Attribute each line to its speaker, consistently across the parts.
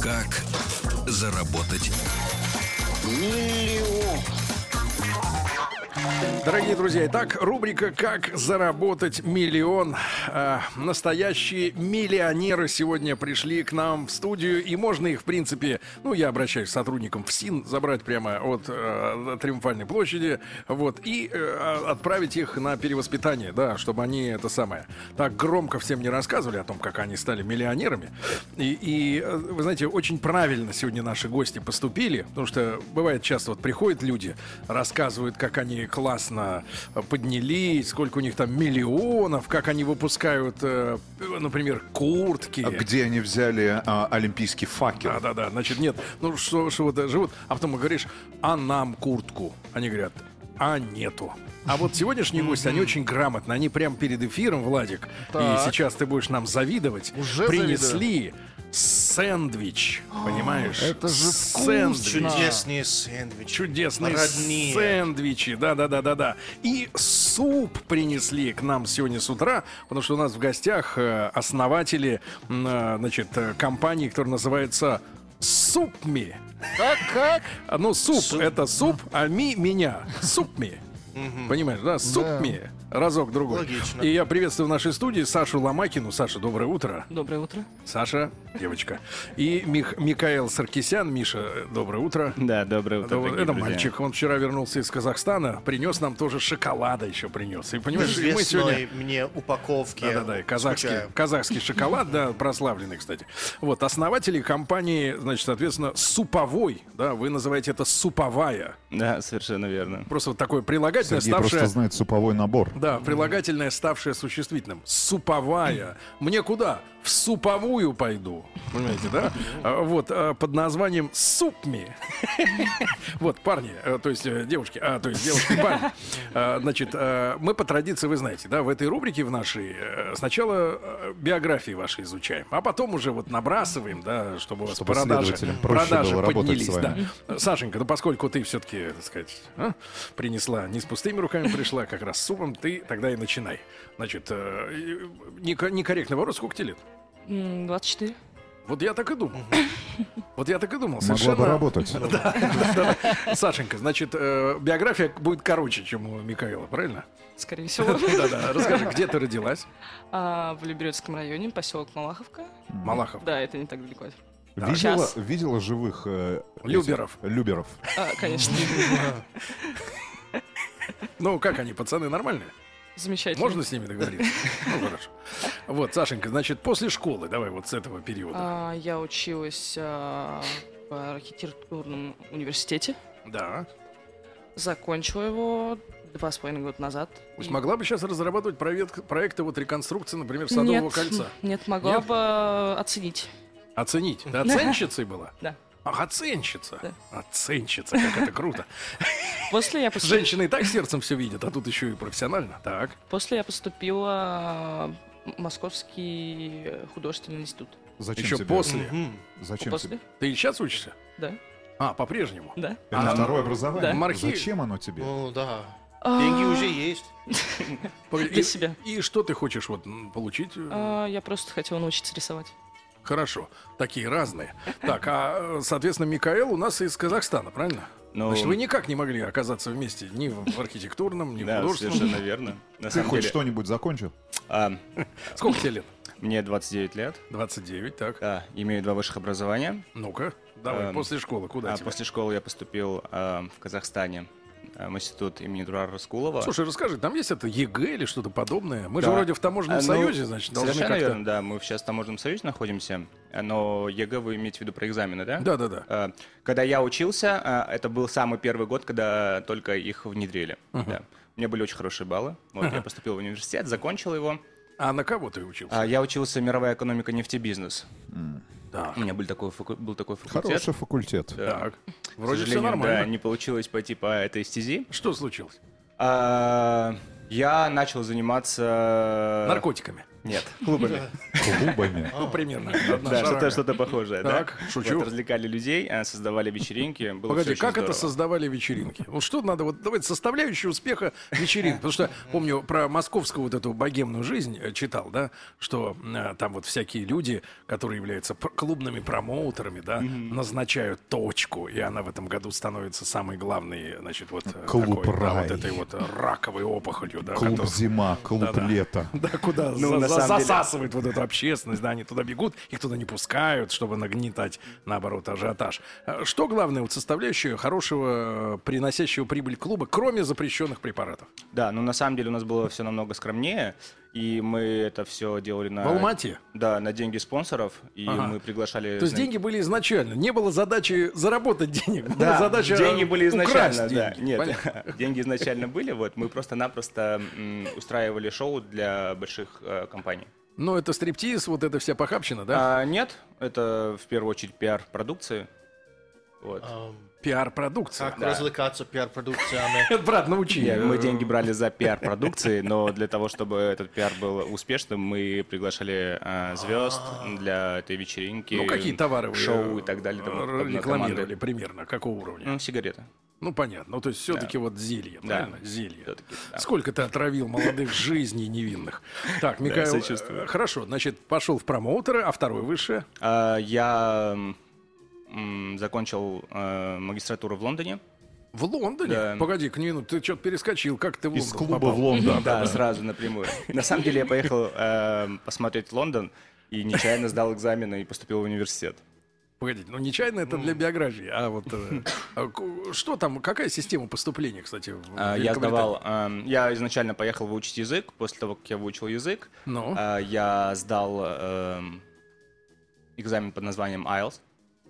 Speaker 1: Как заработать
Speaker 2: Дорогие друзья, итак, рубрика «Как заработать миллион». Э, настоящие миллионеры сегодня пришли к нам в студию, и можно их, в принципе, ну, я обращаюсь к сотрудникам ФСИН, забрать прямо от э, Триумфальной площади, вот, и э, отправить их на перевоспитание, да, чтобы они это самое, так громко всем не рассказывали о том, как они стали миллионерами. И, и, э, вы знаете, очень правильно сегодня наши гости поступили, потому что бывает часто вот приходят люди, рассказывают, как они классно э, поднялись, сколько у них там миллионов, как они выпускают, э, например, куртки.
Speaker 3: А Где они взяли а, олимпийский факел?
Speaker 2: Да, да, да. Значит, нет, ну что, что вот э, живут, а потом говоришь, а нам куртку. Они говорят, а нету. А вот сегодняшние гости, они очень грамотно, они прямо перед эфиром, Владик, и сейчас ты будешь нам завидовать,
Speaker 4: Уже
Speaker 2: принесли сэндвич, понимаешь?
Speaker 4: это же
Speaker 2: сэндвич.
Speaker 4: вкусно.
Speaker 5: Чудесные сэндвичи.
Speaker 2: Чудесные
Speaker 5: Родные.
Speaker 2: сэндвичи, да-да-да-да-да. И суп принесли к нам сегодня с утра, потому что у нас в гостях э, основатели м, э, значит, э, компании, которая называется «Супми».
Speaker 4: Как, как?
Speaker 2: А, Ну, суп, это суп, а ми меня. Супми. Понимаешь, да? Супми. Разок другой.
Speaker 5: Логично.
Speaker 2: И я приветствую в нашей студии Сашу Ломакину. Саша, доброе утро.
Speaker 6: Доброе утро.
Speaker 2: Саша, девочка. И Мих- Михаил Саркисян. Миша, э, доброе утро.
Speaker 7: Да, доброе утро.
Speaker 2: Это, вот-
Speaker 7: дорогие
Speaker 2: это
Speaker 7: друзья.
Speaker 2: мальчик, он вчера вернулся из Казахстана, принес нам тоже шоколада еще принес. И понимаешь, и мы
Speaker 5: Известной
Speaker 2: сегодня...
Speaker 5: мне упаковки.
Speaker 2: Да-да-да, и казахский,
Speaker 5: Скучаю.
Speaker 2: казахский шоколад, да, прославленный, кстати. Вот, основатели компании, значит, соответственно, суповой, да, вы называете это суповая.
Speaker 7: Да, совершенно верно.
Speaker 2: Просто вот такое прилагательное,
Speaker 3: Сергей
Speaker 2: ставшее...
Speaker 3: просто знает суповой набор.
Speaker 2: Да, прилагательное, ставшее существительным. Суповая. Мне куда? В суповую пойду. Понимаете, да? А, Вот, а, под названием супми. Вот, парни, э, то есть э, девушки, а, то есть девушки, и парни. А, Значит, э, мы по традиции, вы знаете, да, в этой рубрике в нашей э, сначала э, биографии ваши изучаем, а потом уже вот набрасываем, да, чтобы у вас
Speaker 3: Чтобы
Speaker 2: продажи,
Speaker 3: следователям проще
Speaker 2: продажи
Speaker 3: было работать
Speaker 2: поднялись.
Speaker 3: с вами.
Speaker 2: да. Сашенька, ну поскольку ты все-таки, так сказать, а, принесла, не с пустыми руками пришла, а как раз с супом, ты тогда и начинай. Значит, э, и- неко- некорректный вопрос, сколько тебе лет?
Speaker 6: М, 24.
Speaker 2: Вот я так и думал. Вот я так и думал.
Speaker 3: Могла бы
Speaker 2: Совершенно-
Speaker 3: работать.
Speaker 2: Сашенька, значит, э, биография будет короче, чем у Михаила, правильно?
Speaker 6: Скорее всего.
Speaker 2: Да-да. Расскажи, где ты родилась?
Speaker 6: А, в Люберецком районе, поселок Малаховка.
Speaker 2: Малахов.
Speaker 6: Да, это не так далеко. от-
Speaker 3: Видела,
Speaker 6: Сейчас.
Speaker 3: видела живых... э,
Speaker 2: Люберов.
Speaker 3: этих- Люберов.
Speaker 6: А, конечно.
Speaker 2: Ну, как они, пацаны, нормальные?
Speaker 6: Замечательно.
Speaker 2: Можно с ними договориться? Ну, хорошо. Вот, Сашенька, значит, после школы, давай вот с этого периода.
Speaker 6: А, я училась а, в архитектурном университете.
Speaker 2: Да.
Speaker 6: Закончила его два с половиной года назад.
Speaker 2: То есть могла бы сейчас разрабатывать проект- проекты вот реконструкции, например,
Speaker 6: И-
Speaker 2: Садового
Speaker 6: Нет,
Speaker 2: кольца.
Speaker 6: Нет, могла
Speaker 2: Нет?
Speaker 6: бы оценить.
Speaker 2: Оценить. Ты оценщицей была?
Speaker 6: Да.
Speaker 2: Ах, оценщица.
Speaker 6: Да.
Speaker 2: Оценщица, как это круто.
Speaker 6: После я, поступ-
Speaker 2: Женщины и так сердцем все видят, а тут еще и профессионально. Так.
Speaker 6: После я поступила в Московский художественный институт.
Speaker 3: Зачем
Speaker 2: Еще
Speaker 3: тебе-
Speaker 2: после.
Speaker 5: Мгм.
Speaker 3: Зачем
Speaker 6: После?
Speaker 3: тебе?
Speaker 2: Ты и сейчас учишься?
Speaker 6: Да.
Speaker 2: А, по-прежнему.
Speaker 6: Да.
Speaker 3: Это
Speaker 2: А,
Speaker 3: второе образование.
Speaker 2: да. Мархи-
Speaker 3: Зачем оно тебе?
Speaker 5: Ну да. Деньги
Speaker 6: А,
Speaker 5: уже есть.
Speaker 2: Погоди,
Speaker 6: Для
Speaker 2: и-
Speaker 6: себя.
Speaker 2: И что ты хочешь вот м, получить? э,
Speaker 6: а, я просто хотела научиться рисовать.
Speaker 2: Хорошо. Такие разные. Так, а, э, соответственно, Микаэл у нас из Казахстана, правильно?
Speaker 7: Ну,
Speaker 2: Значит, вы никак не могли оказаться вместе ни в в архитектурном, ни в
Speaker 7: Да,
Speaker 2: художественном.
Speaker 7: совершенно верно. На
Speaker 3: Ты
Speaker 7: самом
Speaker 3: хоть
Speaker 7: деле,
Speaker 3: что-нибудь закончил?
Speaker 7: а,
Speaker 2: Сколько тебе лет?
Speaker 7: мне 29 лет,
Speaker 2: 29, так.
Speaker 7: да, имею два высших образования.
Speaker 2: Ну-ка, давай,
Speaker 7: Эм,
Speaker 2: после школы куда
Speaker 7: А
Speaker 2: тебя?
Speaker 7: после школы я поступил а, в Казахстане а, в институт имени Дурара Раскулова.
Speaker 2: Слушай, расскажи, там есть это ЕГЭ или что-то подобное? Мы же
Speaker 7: Да.
Speaker 2: вроде в таможенном
Speaker 7: А, ну,
Speaker 2: союзе, значит, должны
Speaker 7: совершенно
Speaker 2: как-то...
Speaker 7: верно, да, мы сейчас в таможенном союзе находимся, а, но ЕГЭ вы имеете в виду про экзамены, да?
Speaker 2: Да-да-да.
Speaker 7: Э, Когда я учился, э, это был самый первый год, когда только их внедрили. Да. У меня были очень хорошие баллы. Вот, Я поступил в университет, закончил его.
Speaker 2: А на кого ты учился?
Speaker 7: А, Я учился мировая экономика нефтебизнес.
Speaker 2: Да.
Speaker 7: У меня был такой, факу- был такой факультет.
Speaker 3: Хороший факультет.
Speaker 7: Да.
Speaker 2: Так,
Speaker 7: К
Speaker 2: вроде все
Speaker 7: сожалению, Да,
Speaker 2: нормально.
Speaker 7: не получилось пойти по этой стези.
Speaker 2: Что случилось?
Speaker 7: А, Я начал заниматься... э,
Speaker 2: Наркотиками.
Speaker 7: Нет, клубами.
Speaker 3: клубами.
Speaker 2: Ну, примерно. одна
Speaker 7: Да,
Speaker 2: шарага.
Speaker 7: что-то, что-то похожее, да?
Speaker 2: Так, шучу.
Speaker 7: Вот, развлекали людей, э, создавали вечеринки. Было
Speaker 2: Погоди,
Speaker 7: всё очень
Speaker 2: как это
Speaker 7: здорово.
Speaker 2: создавали вечеринки? Вот что надо, вот давайте составляющие успеха вечеринок. Потому что помню про московскую вот эту богемную жизнь э, читал, да, что э, там вот всякие люди, которые являются пр- клубными промоутерами, да, назначают точку, и она в этом году становится самой главной, значит, вот э,
Speaker 3: Клуб
Speaker 2: такой, да, вот
Speaker 3: рай.
Speaker 2: этой вот э, раковой опухолью, да,
Speaker 3: Клуб
Speaker 2: которая-
Speaker 3: зима, клуб
Speaker 2: Да-да.
Speaker 3: лето.
Speaker 2: да, куда
Speaker 7: Ну,
Speaker 2: за- за-
Speaker 7: на самом деле-
Speaker 2: засасывает вот эту общественность, да, они туда бегут, их туда не пускают, чтобы нагнетать, наоборот, ажиотаж. А Что главное вот составляющая хорошего, э, приносящего прибыль клуба, кроме запрещенных препаратов?
Speaker 7: Да, ну на самом деле у нас было все намного скромнее, и мы это все делали на...
Speaker 2: В Алмате?
Speaker 7: Да, на деньги спонсоров, и
Speaker 2: Ага.
Speaker 7: мы приглашали...
Speaker 2: То есть
Speaker 7: знам-
Speaker 2: деньги были изначально, не было задачи заработать денег, была
Speaker 7: Да,
Speaker 2: задача
Speaker 7: деньги были изначально,
Speaker 2: украсть
Speaker 7: да.
Speaker 2: деньги.
Speaker 7: Нет,
Speaker 2: Понятно.
Speaker 7: деньги изначально были, вот мы просто-напросто м, устраивали шоу для больших э, компаний.
Speaker 2: Ну, это стриптиз, вот эта вся похабщина, да?
Speaker 7: А, нет, это в первую очередь пиар продукции. Вот.
Speaker 2: А,
Speaker 4: А.
Speaker 5: Эм,
Speaker 2: Пиар-продукция.
Speaker 5: Как развлекаться пиар-продукциями?
Speaker 2: Брат, научи. э,
Speaker 7: Не, мы деньги брали за пиар продукции, но для того, чтобы этот пиар был успешным, мы приглашали э, звезд для этой вечеринки.
Speaker 2: А. Ну, какие товары вы
Speaker 7: э, Шоу и так далее. там,
Speaker 2: э,
Speaker 7: одной
Speaker 2: рекламировали
Speaker 7: командой.
Speaker 2: примерно? Какого уровня?
Speaker 7: Ну, сигареты.
Speaker 2: Ну, понятно. Ну, то есть все-таки вот зелье,
Speaker 7: Да.
Speaker 2: правильно? Зелье.
Speaker 7: Всё-таки, да.
Speaker 2: Сколько ты отравил молодых жизней невинных. Так, Михаил,
Speaker 7: сочувствую.
Speaker 2: э, хорошо, значит, пошел в промоутеры, а второй высшее?
Speaker 7: А, я м, закончил э, магистратуру в Лондоне.
Speaker 2: В Лондоне?
Speaker 7: Да.
Speaker 2: Погоди, к ней, ну ты что-то перескочил, как ты в Лондон
Speaker 3: Из клуба
Speaker 2: попал?
Speaker 3: в Лондон.
Speaker 7: Да, сразу напрямую. На самом деле я поехал э, посмотреть Лондон и нечаянно сдал экзамены и поступил в университет.
Speaker 2: Погоди, ну нечаянно это для биографии, а вот э, а к- что там, какая система поступления, кстати, в
Speaker 7: А, Я
Speaker 2: Великобритании?
Speaker 7: сдавал, эм, я изначально поехал выучить язык, после того, как я выучил язык,
Speaker 2: Ну,
Speaker 7: а, я сдал эм, экзамен под названием IELTS.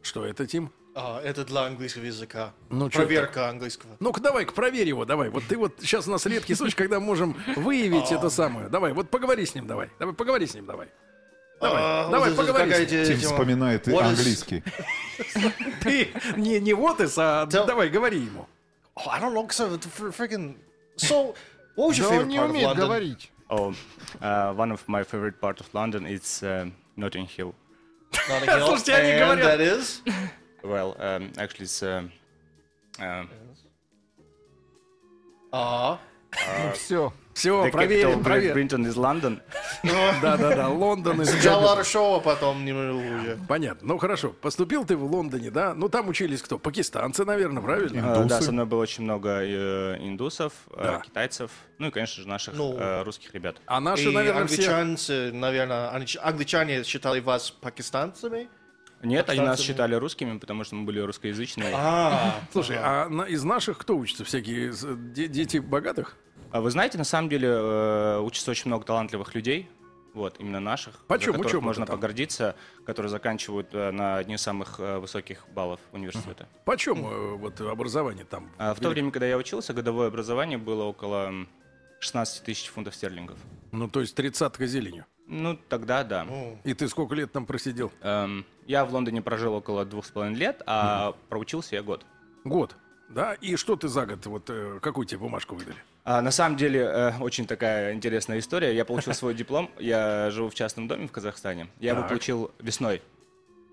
Speaker 2: что это, Тим?
Speaker 5: А, Это для английского языка.
Speaker 2: Ну, чё
Speaker 5: Проверка английского.
Speaker 2: Ну-ка, давай-ка, проверь его, давай. Вот ты вот сейчас у нас редкий случай, когда мы можем выявить
Speaker 7: А.
Speaker 2: это самое. Давай, вот поговори с ним, давай. Давай, поговори с ним, давай. Давай,
Speaker 5: А,
Speaker 2: давай,
Speaker 5: вот это
Speaker 2: поговори с
Speaker 5: какая
Speaker 2: ним.
Speaker 5: те-
Speaker 3: Тим
Speaker 5: тема.
Speaker 3: вспоминает и
Speaker 5: What is-
Speaker 3: английский.
Speaker 2: Ты не, не вот из, а
Speaker 5: Да.
Speaker 2: давай, говори ему.
Speaker 5: Oh, I don't know, 'cause I'm fr- freaking- So, what was your
Speaker 4: Да
Speaker 5: favorite
Speaker 4: он не
Speaker 5: part of
Speaker 4: умеет
Speaker 5: London?
Speaker 4: говорить.
Speaker 7: Oh, uh, one of my favorite part of London is um, Notting Hill.
Speaker 5: Notting Hill,
Speaker 2: Слушайте, они
Speaker 5: and
Speaker 2: говорят-
Speaker 5: that is-
Speaker 7: Well, um, actually it's um, um,
Speaker 5: А,
Speaker 4: Все.
Speaker 2: Все,
Speaker 7: the capital
Speaker 2: проверим,
Speaker 7: of Great
Speaker 2: проверим.
Speaker 7: Britain is London.
Speaker 2: Да-да-да, Лондон из
Speaker 5: Джалар Шоу, а потом не уже.
Speaker 2: Понятно. Ну хорошо, поступил ты в Лондоне, да? Ну там учились кто? Пакистанцы, наверное, правильно?
Speaker 7: Uh, да,
Speaker 3: Индусы.
Speaker 7: со мной было очень много э, индусов, э,
Speaker 2: Да.
Speaker 7: китайцев, ну и, конечно же, наших
Speaker 5: Ну.
Speaker 7: э, русских ребят.
Speaker 2: А наши,
Speaker 5: И
Speaker 2: наверное, все...
Speaker 5: англичанцы, наверное, англич- англичане считали вас пакистанцами?
Speaker 7: Нет, они нас
Speaker 5: Пакистанцами.
Speaker 7: считали русскими, потому что мы были русскоязычные.
Speaker 5: А,
Speaker 2: Слушай, а на- из наших кто учится? Всякие э, де- дети богатых?
Speaker 7: А Вы знаете, на самом деле э, учится очень много талантливых людей, вот, именно наших, за
Speaker 2: Почем,
Speaker 7: которых
Speaker 2: учеба-то
Speaker 7: можно
Speaker 2: там?
Speaker 7: погордиться, которые заканчивают э, на одни из самых э, высоких баллов университета.
Speaker 2: Почем э, вот образование там?
Speaker 7: А в то время, когда я учился, годовое образование было около м, 16 тысяч фунтов стерлингов.
Speaker 2: Ну, то есть тридцатка зеленью.
Speaker 7: Ну, тогда да.
Speaker 2: И ты сколько лет там просидел?
Speaker 7: Эм, я в Лондоне прожил около двух с половиной лет, а проучился я год.
Speaker 2: Год. Да? И что ты за год, вот э, какую тебе бумажку выдали?
Speaker 7: А, на самом деле, э, очень такая интересная история. Я получил свой диплом. Я живу в частном доме в Казахстане. Я его
Speaker 2: Так.
Speaker 7: получил весной,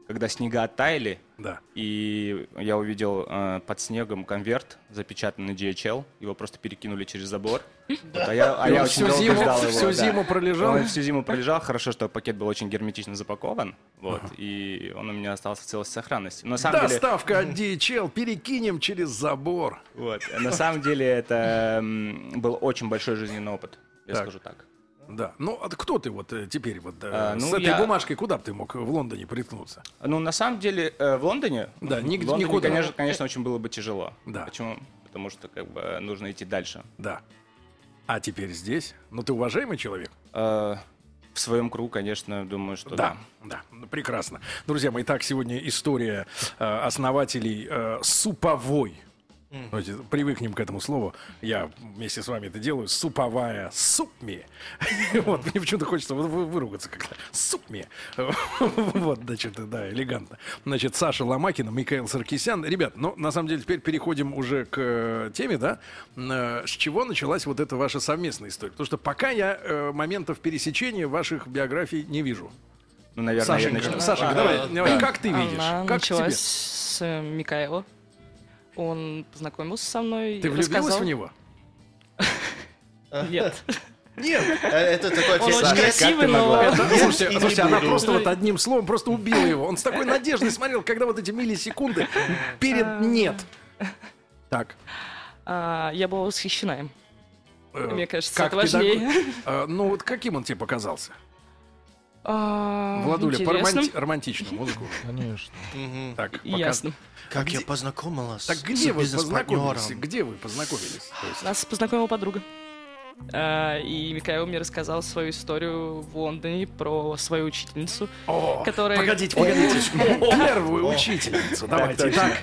Speaker 7: когда снега оттаяли,
Speaker 2: Да.
Speaker 7: и я увидел э, под снегом конверт, запечатанный DHL. Его просто перекинули через забор. Вот, а я, а
Speaker 2: И
Speaker 7: я
Speaker 2: он
Speaker 7: очень
Speaker 2: всю
Speaker 7: долго
Speaker 2: зиму-
Speaker 7: ждал его,
Speaker 2: всю
Speaker 7: да.
Speaker 2: зиму пролежал?
Speaker 7: Он всю зиму пролежал. Хорошо, что пакет был очень герметично запакован. Вот, и он у меня остался в целости и сохранности. Но на самом деле...
Speaker 2: Доставка от DHL перекинем через забор.
Speaker 7: Вот. На самом деле это м, был очень большой жизненный опыт, я
Speaker 2: Так.
Speaker 7: скажу так.
Speaker 2: Да. Ну, а кто ты вот э, теперь вот э,
Speaker 7: А, ну,
Speaker 2: с этой
Speaker 7: я-
Speaker 2: бумажкой куда бы ты мог в Лондоне приткнуться?
Speaker 7: Ну, на самом деле, э, в Лондоне,
Speaker 2: Да,
Speaker 7: в
Speaker 2: нигде-
Speaker 7: Лондоне,
Speaker 2: никуда.
Speaker 7: Конечно, конечно, очень было бы тяжело.
Speaker 2: Да.
Speaker 7: Почему? Потому что как бы нужно идти дальше.
Speaker 2: Да. А теперь здесь? Ну, ты уважаемый человек?
Speaker 7: Э, в своем кругу, конечно, думаю, что да.
Speaker 2: Да, ну, прекрасно. Друзья мои, так сегодня история э, основателей э, суповой Давайте привыкнем к этому слову. Я вместе с вами это делаю. Суповая супми. Вот, мне почему-то хочется вот вы- выругаться как-то. Супми. Вот, значит, да, элегантно. Значит, Саша Ломакина, Михаил Саркисян. Ребят, ну, на самом деле, теперь переходим уже к э, теме, да? Э, С чего началась вот эта ваша совместная история? Потому что пока я э, моментов пересечения ваших биографий не вижу.
Speaker 7: Ну, наверное, я
Speaker 2: Сашенька,
Speaker 7: начну.
Speaker 2: Сашенька, давай, давай, как ты видишь?
Speaker 6: Она
Speaker 2: Как тебе?
Speaker 6: началась с э, Микаэла. Он познакомился со мной.
Speaker 2: Ты влюбилась
Speaker 6: рассказал-
Speaker 2: в него?
Speaker 6: Нет.
Speaker 5: Э, Это такой
Speaker 6: Он очень
Speaker 5: Нет,
Speaker 6: красивый,
Speaker 7: ты могла?
Speaker 6: но...
Speaker 2: Это, ну, слушайте,
Speaker 5: и не
Speaker 2: слушайте, она
Speaker 5: буду.
Speaker 2: просто
Speaker 7: ну
Speaker 2: вот одним словом просто убила его. Он с такой надеждой смотрел, когда вот эти миллисекунды перед нет. Так.
Speaker 6: а, Я была восхищена им.
Speaker 2: э,
Speaker 6: Мне кажется,
Speaker 2: как
Speaker 6: это важнее.
Speaker 2: педагог- э, Ну вот каким он тебе показался?
Speaker 6: А,
Speaker 2: Владуля, по
Speaker 6: интересным.
Speaker 2: романти- романтичную музыку.
Speaker 4: Конечно.
Speaker 5: Мгм.
Speaker 2: Так, пока-
Speaker 6: Ясно.
Speaker 5: Как я познакомилась
Speaker 2: Так
Speaker 5: с
Speaker 2: где вы познакомились?
Speaker 5: бизнес-партнером?
Speaker 2: Где вы познакомились? То есть-
Speaker 6: Нас познакомила подруга. А, И Михаил мне рассказал свою историю в Лондоне про свою учительницу,
Speaker 2: О,
Speaker 6: которая...
Speaker 2: Погодите, погодите. Первую учительницу. Давайте. Так.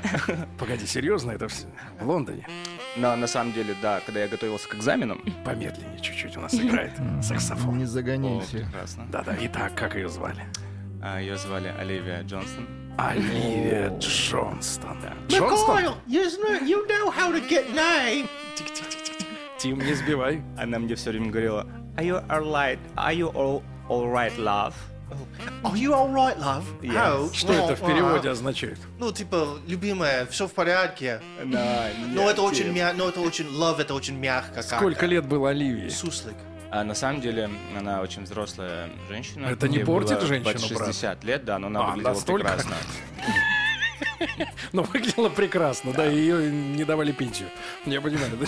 Speaker 2: Погоди, серьезно, это все в Лондоне.
Speaker 7: Но на самом деле, да, когда я готовился к экзаменам,
Speaker 2: Помедленнее чуть-чуть у нас играет саксофон.
Speaker 4: Не
Speaker 7: О,
Speaker 4: загоняйте.
Speaker 7: прекрасно.
Speaker 2: Да-да, итак, как ее звали?
Speaker 7: А, Ее звали Оливия Джонсон.
Speaker 2: Оливия Джонстон. Джонстон? Тим, не сбивай.
Speaker 7: Она мне все время говорила, Are you alright? Are you all, all right, love?
Speaker 5: Are you alright, love?
Speaker 7: Yes.
Speaker 5: Oh,
Speaker 2: Что это в
Speaker 5: oh,
Speaker 2: переводе
Speaker 5: ah.
Speaker 2: означает?
Speaker 5: Ну, типа, любимая, все в порядке.
Speaker 7: Да,
Speaker 5: Но
Speaker 7: нет,
Speaker 5: Ну, это очень
Speaker 7: Тим.
Speaker 5: мягко, но это очень, love, это очень мягко. как-то.
Speaker 2: Сколько лет было Оливии?
Speaker 5: Суслик.
Speaker 7: А на самом деле она очень взрослая женщина.
Speaker 2: Это не
Speaker 7: Ей
Speaker 2: портит
Speaker 7: было
Speaker 2: женщину,
Speaker 7: под
Speaker 2: брат?
Speaker 7: 60 лет, да, но она
Speaker 2: А,
Speaker 7: выглядела
Speaker 2: настолько?
Speaker 7: прекрасно.
Speaker 2: Ну, выглядела прекрасно, да, и ее не давали пенсию. Я понимаю. да.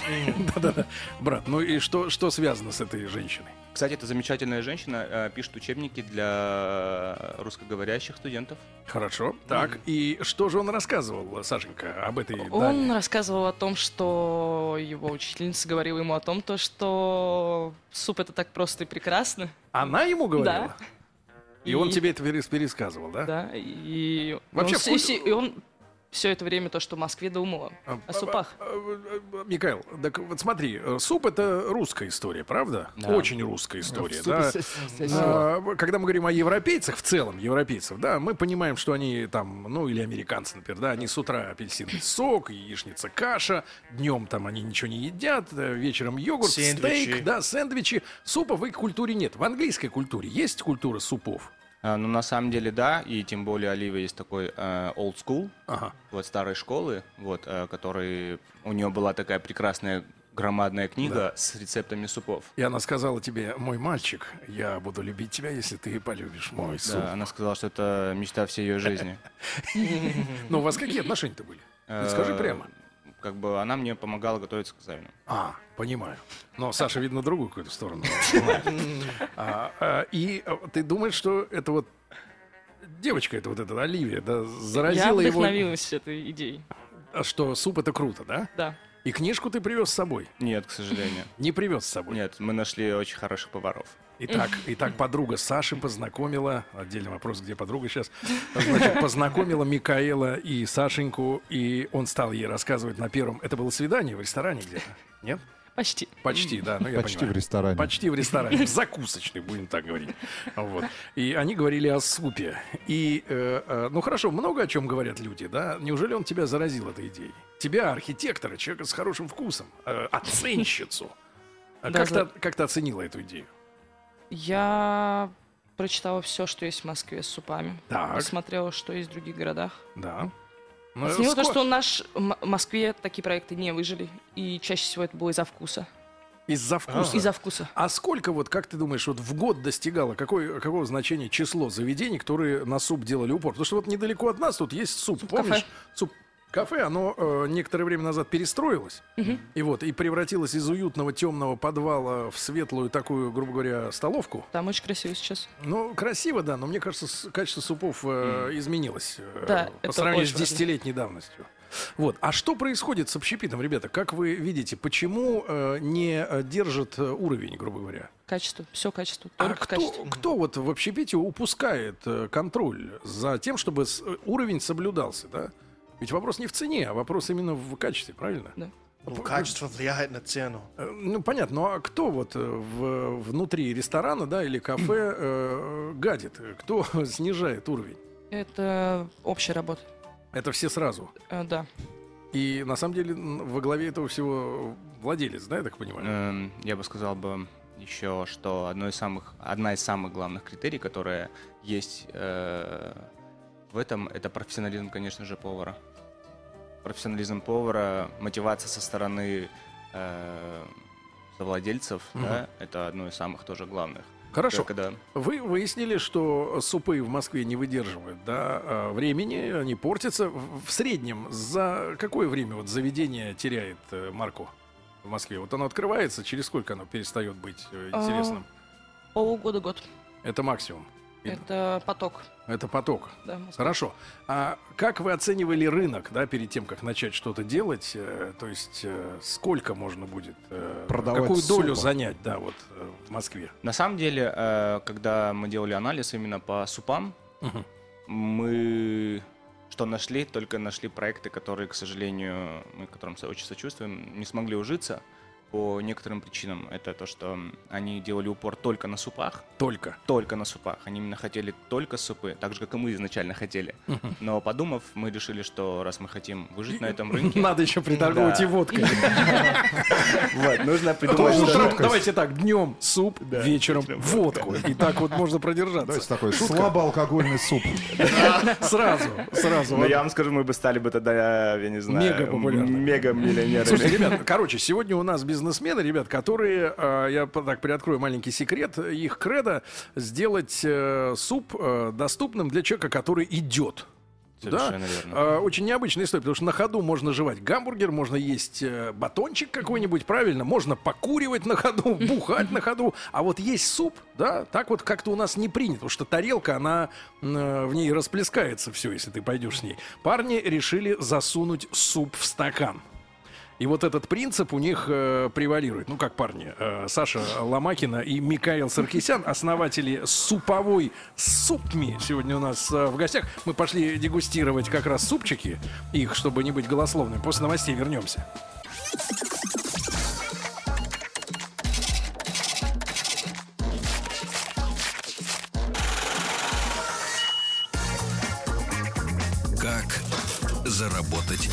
Speaker 2: Да-да-да. Брат, ну и что, что связано с этой женщиной?
Speaker 7: Кстати, эта замечательная женщина э, пишет учебники для русскоговорящих студентов.
Speaker 2: Хорошо. Так, и что же он рассказывал, Сашенька, об этой
Speaker 6: Он
Speaker 2: даме?
Speaker 6: рассказывал о том, что его учительница говорила ему о том, то, что суп это так просто и прекрасно.
Speaker 2: Она ему говорила? И он
Speaker 6: И-
Speaker 2: тебе это перес- пересказывал, да?
Speaker 6: Да, и
Speaker 2: Вообще
Speaker 6: он, с-
Speaker 2: вкус-
Speaker 6: и, с- и он все это время то, что в Москве думал
Speaker 2: А,
Speaker 6: о супах.
Speaker 2: а, а, а, Михаил, так вот смотри, э, суп это русская история, правда?
Speaker 7: Да.
Speaker 2: Очень русская
Speaker 4: В
Speaker 2: история,
Speaker 4: супе
Speaker 2: да.
Speaker 4: с- с- с- осел.
Speaker 2: А, Когда мы говорим о европейцах, в целом европейцев, да, мы понимаем, что они там, ну или американцы, например, да, они с утра апельсиновый сок, яичница, каша, днем там они ничего не едят, э, вечером йогурт,
Speaker 5: Сэндвичи.
Speaker 2: стейк, да, сэндвичи. Супа в их культуре нет. В английской культуре есть культура супов.
Speaker 7: А, ну, на самом деле, да, и тем более Оливия есть такой э, old school,
Speaker 2: Ага.
Speaker 7: вот старой школы, вот, э, который... У нее была такая прекрасная громадная книга с рецептами супов.
Speaker 2: И она сказала тебе, мой мальчик, я буду любить тебя, если ты полюбишь мой суп.
Speaker 7: Да, она сказала, что это мечта всей ее жизни.
Speaker 2: Ну, у вас какие отношения-то были? Ты Скажи
Speaker 7: Э,
Speaker 2: прямо.
Speaker 7: Как бы она мне помогала готовиться к экзамену.
Speaker 2: А, понимаю. Но Саша, видно, другую какую-то сторону. А, а, И э, ты думаешь, что это вот девочка, это вот эта Оливия, да,
Speaker 6: Я
Speaker 2: заразила его,
Speaker 6: вдохновилась этой идеей,
Speaker 2: а, что суп это круто, да?
Speaker 6: да.
Speaker 2: И книжку ты привез с собой?
Speaker 7: Нет, к сожалению.
Speaker 2: Не привез с собой.
Speaker 7: Нет, мы нашли очень хороших поваров.
Speaker 2: Итак, итак, подруга Саши познакомила, отдельный вопрос, где подруга сейчас, значит, познакомила Микаэла и Сашеньку, и он стал ей рассказывать на первом, это было свидание в ресторане где-то, нет?
Speaker 6: Почти.
Speaker 2: Почти, да, ну я
Speaker 3: Почти
Speaker 2: понимаю.
Speaker 3: в ресторане.
Speaker 2: Почти в ресторане, в закусочной, будем так говорить. Вот. И они говорили о супе. И, э, э, ну хорошо, много о чем говорят люди, да? Неужели он тебя заразил этой идеей? Тебя, архитектора, человека с хорошим вкусом, э, оценщицу. А
Speaker 6: Да,
Speaker 2: как,
Speaker 6: за-
Speaker 2: ты, как ты оценила эту идею?
Speaker 6: Я прочитала все, что есть в Москве с супами.
Speaker 2: Так.
Speaker 6: Посмотрела, что есть в других городах.
Speaker 2: Да. Ну,
Speaker 6: Оценила то,
Speaker 2: ско-
Speaker 6: что наш М- Москве такие проекты не выжили. И чаще всего это было из-за вкуса.
Speaker 2: Из-за вкуса.
Speaker 6: Из-за вкуса.
Speaker 2: А сколько, вот как ты думаешь, вот в год достигало какое, какого значения число заведений, которые на суп делали упор? Потому что вот недалеко от нас тут есть суп,
Speaker 6: Суп-кафе.
Speaker 2: помнишь? Суп Кафе, оно э, некоторое время назад перестроилось, и вот, и превратилось из уютного темного подвала в светлую такую, грубо говоря, столовку.
Speaker 6: Там очень красиво сейчас.
Speaker 2: Ну, красиво, да, но мне кажется, с- качество супов э, изменилось э,
Speaker 6: Да,
Speaker 2: по
Speaker 6: это
Speaker 2: сравнению с
Speaker 6: очень важно.
Speaker 2: десятилетней давностью. Вот. А что происходит с общепитом, ребята? Как вы видите, почему э, не э, держит э, уровень, грубо говоря?
Speaker 6: Качество. Все качество.
Speaker 2: А
Speaker 6: Только
Speaker 2: кто,
Speaker 6: качество.
Speaker 2: кто вот в общепите упускает э, контроль за тем, чтобы с- э, уровень соблюдался, да? Ведь вопрос не в цене, а вопрос именно в качестве, правильно?
Speaker 6: Да.
Speaker 5: Ну, качество влияет на цену.
Speaker 2: Э, Ну, понятно, ну а кто вот э, в, внутри ресторана, да, или кафе э, гадит? Кто снижает уровень?
Speaker 6: Это общая работа.
Speaker 2: Это все сразу.
Speaker 6: Э, Да.
Speaker 2: И на самом деле м, во главе этого всего владелец, да, я так понимаю?
Speaker 7: Эм, Я бы сказал бы еще, что одно из самых, одна из самых главных критерий, которая есть э, в этом, это профессионализм, конечно же, повара. Профессионализм повара, мотивация со стороны э, совладельцев,
Speaker 2: Мгм.
Speaker 7: да, это одно из самых тоже главных.
Speaker 2: Хорошо.
Speaker 7: Когда
Speaker 2: Вы выяснили, что супы в Москве не выдерживают да, э, времени, они портятся. В в среднем за какое время вот заведение теряет э, марку в Москве? Вот оно открывается, через сколько оно перестает быть э,
Speaker 6: А.
Speaker 2: интересным?
Speaker 6: Полгода-год.
Speaker 2: Это максимум. И-
Speaker 6: Это поток.
Speaker 2: Это поток.
Speaker 6: Да, Москва.
Speaker 2: Хорошо. А как вы оценивали рынок, да, перед тем, как начать что-то делать? Э, То есть э, сколько можно будет э,
Speaker 3: Продавать
Speaker 2: какую долю
Speaker 3: супа.
Speaker 2: занять, да, вот э, в Москве?
Speaker 7: На самом деле, э, когда мы делали анализ именно по супам,
Speaker 2: Мгм.
Speaker 7: мы что нашли, только нашли проекты, которые, к сожалению, мы которым со- очень сочувствуем, не смогли ужиться по некоторым причинам. Это то, что м, они делали упор только на супах,
Speaker 2: Только.
Speaker 7: только на супах. Они именно хотели только супы, так же, как и мы изначально хотели. Но подумав, мы решили, что раз мы хотим выжить на этом рынке,
Speaker 2: Надо еще приторговать
Speaker 7: Да.
Speaker 2: и водкой.
Speaker 7: вот, нужно
Speaker 2: Ну,
Speaker 7: придумать... что-
Speaker 2: утром, давайте так, днем суп, вечером водку. И так вот можно
Speaker 3: Давайте
Speaker 2: продержаться.
Speaker 3: такой слабоалкогольный суп.
Speaker 2: Сразу, сразу.
Speaker 7: Ну, я вам скажу, мы бы стали бы тогда, я не знаю,
Speaker 2: Мега популярными.
Speaker 7: мега миллионерами.
Speaker 2: Слушайте, ребят, короче, сегодня у нас бизнесмены, ребят, которые, э, я по- так приоткрою маленький секрет, их кредо сделать э, суп э, доступным для человека, который идет.
Speaker 7: Совершенно верно.
Speaker 2: Э, Очень необычная история, потому что на ходу можно жевать гамбургер, можно есть э, батончик какой-нибудь, правильно, можно покуривать на ходу, бухать на ходу, а вот есть суп, да, так вот как-то у нас не принято, потому что тарелка, она м, э, в ней расплескается все, если ты пойдешь с ней. Парни решили засунуть суп в стакан. И вот этот принцип у них э, превалирует. Ну, как парни, э, Саша Ломакина и Михаил Саркисян, основатели суповой супми, сегодня у нас э, в гостях. Мы пошли дегустировать как раз супчики, их, чтобы не быть голословным. После новостей вернемся.
Speaker 1: Как заработать?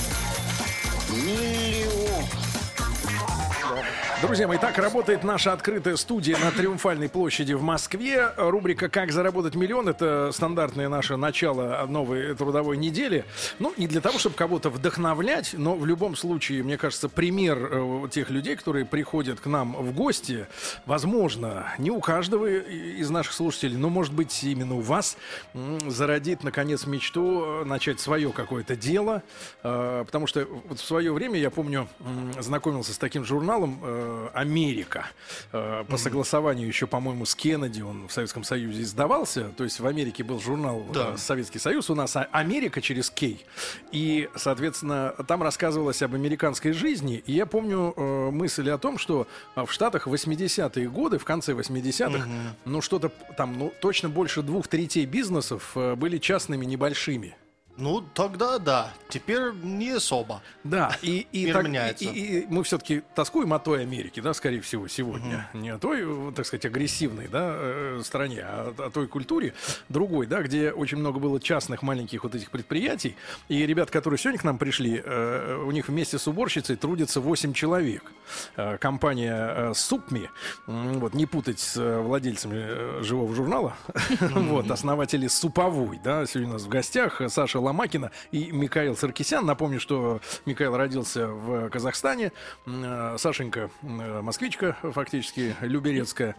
Speaker 2: Друзья мои, так работает наша открытая студия на Триумфальной площади в Москве. Рубрика «Как заработать миллион» — это стандартное наше начало новой трудовой недели. Ну, не для того, чтобы кого-то вдохновлять, но в любом случае, мне кажется, пример э, вот тех людей, которые приходят к нам в гости, возможно, не у каждого и- из наших слушателей, но, может быть, именно у вас м, зародит, наконец, мечту э, начать свое какое-то дело. Э, Потому что вот в свое время, я помню, м, знакомился с таким журналом э, «Америка». Э, По согласованию еще, по-моему, с Кеннеди он в Советском Союзе издавался. То есть в Америке был журнал э, «Советский Союз», у нас А- «Америка» через «Кей». И, соответственно, там рассказывалось об американской жизни. И я помню э, мысль о том, что э, в Штатах в 80-е годы, в конце 80-х, ну что-то п- там, ну точно больше двух третей бизнесов э, были частными небольшими.
Speaker 5: Ну, тогда да. Теперь не особо.
Speaker 2: Да, и, и,
Speaker 5: Мир
Speaker 2: так-
Speaker 5: меняется.
Speaker 2: и- и- и мы все-таки тоскуем о той Америке, да, скорее всего, сегодня. Не о той, э, так сказать, агрессивной да, э, стране, а о, о той культуре другой, да, где очень много было частных маленьких вот этих предприятий. И ребят, которые сегодня к нам пришли, э, у них вместе с уборщицей трудятся 8 человек. Э, Компания э, Супми, м, вот, не путать с э, владельцами э, живого журнала, вот, основатели Суповой, да, сегодня у нас в гостях э, Саша Ломакина и Михаил Саркисян. Напомню, что Михаил родился в Казахстане, м, э, Сашенька э, москвичка, фактически, люберецкая.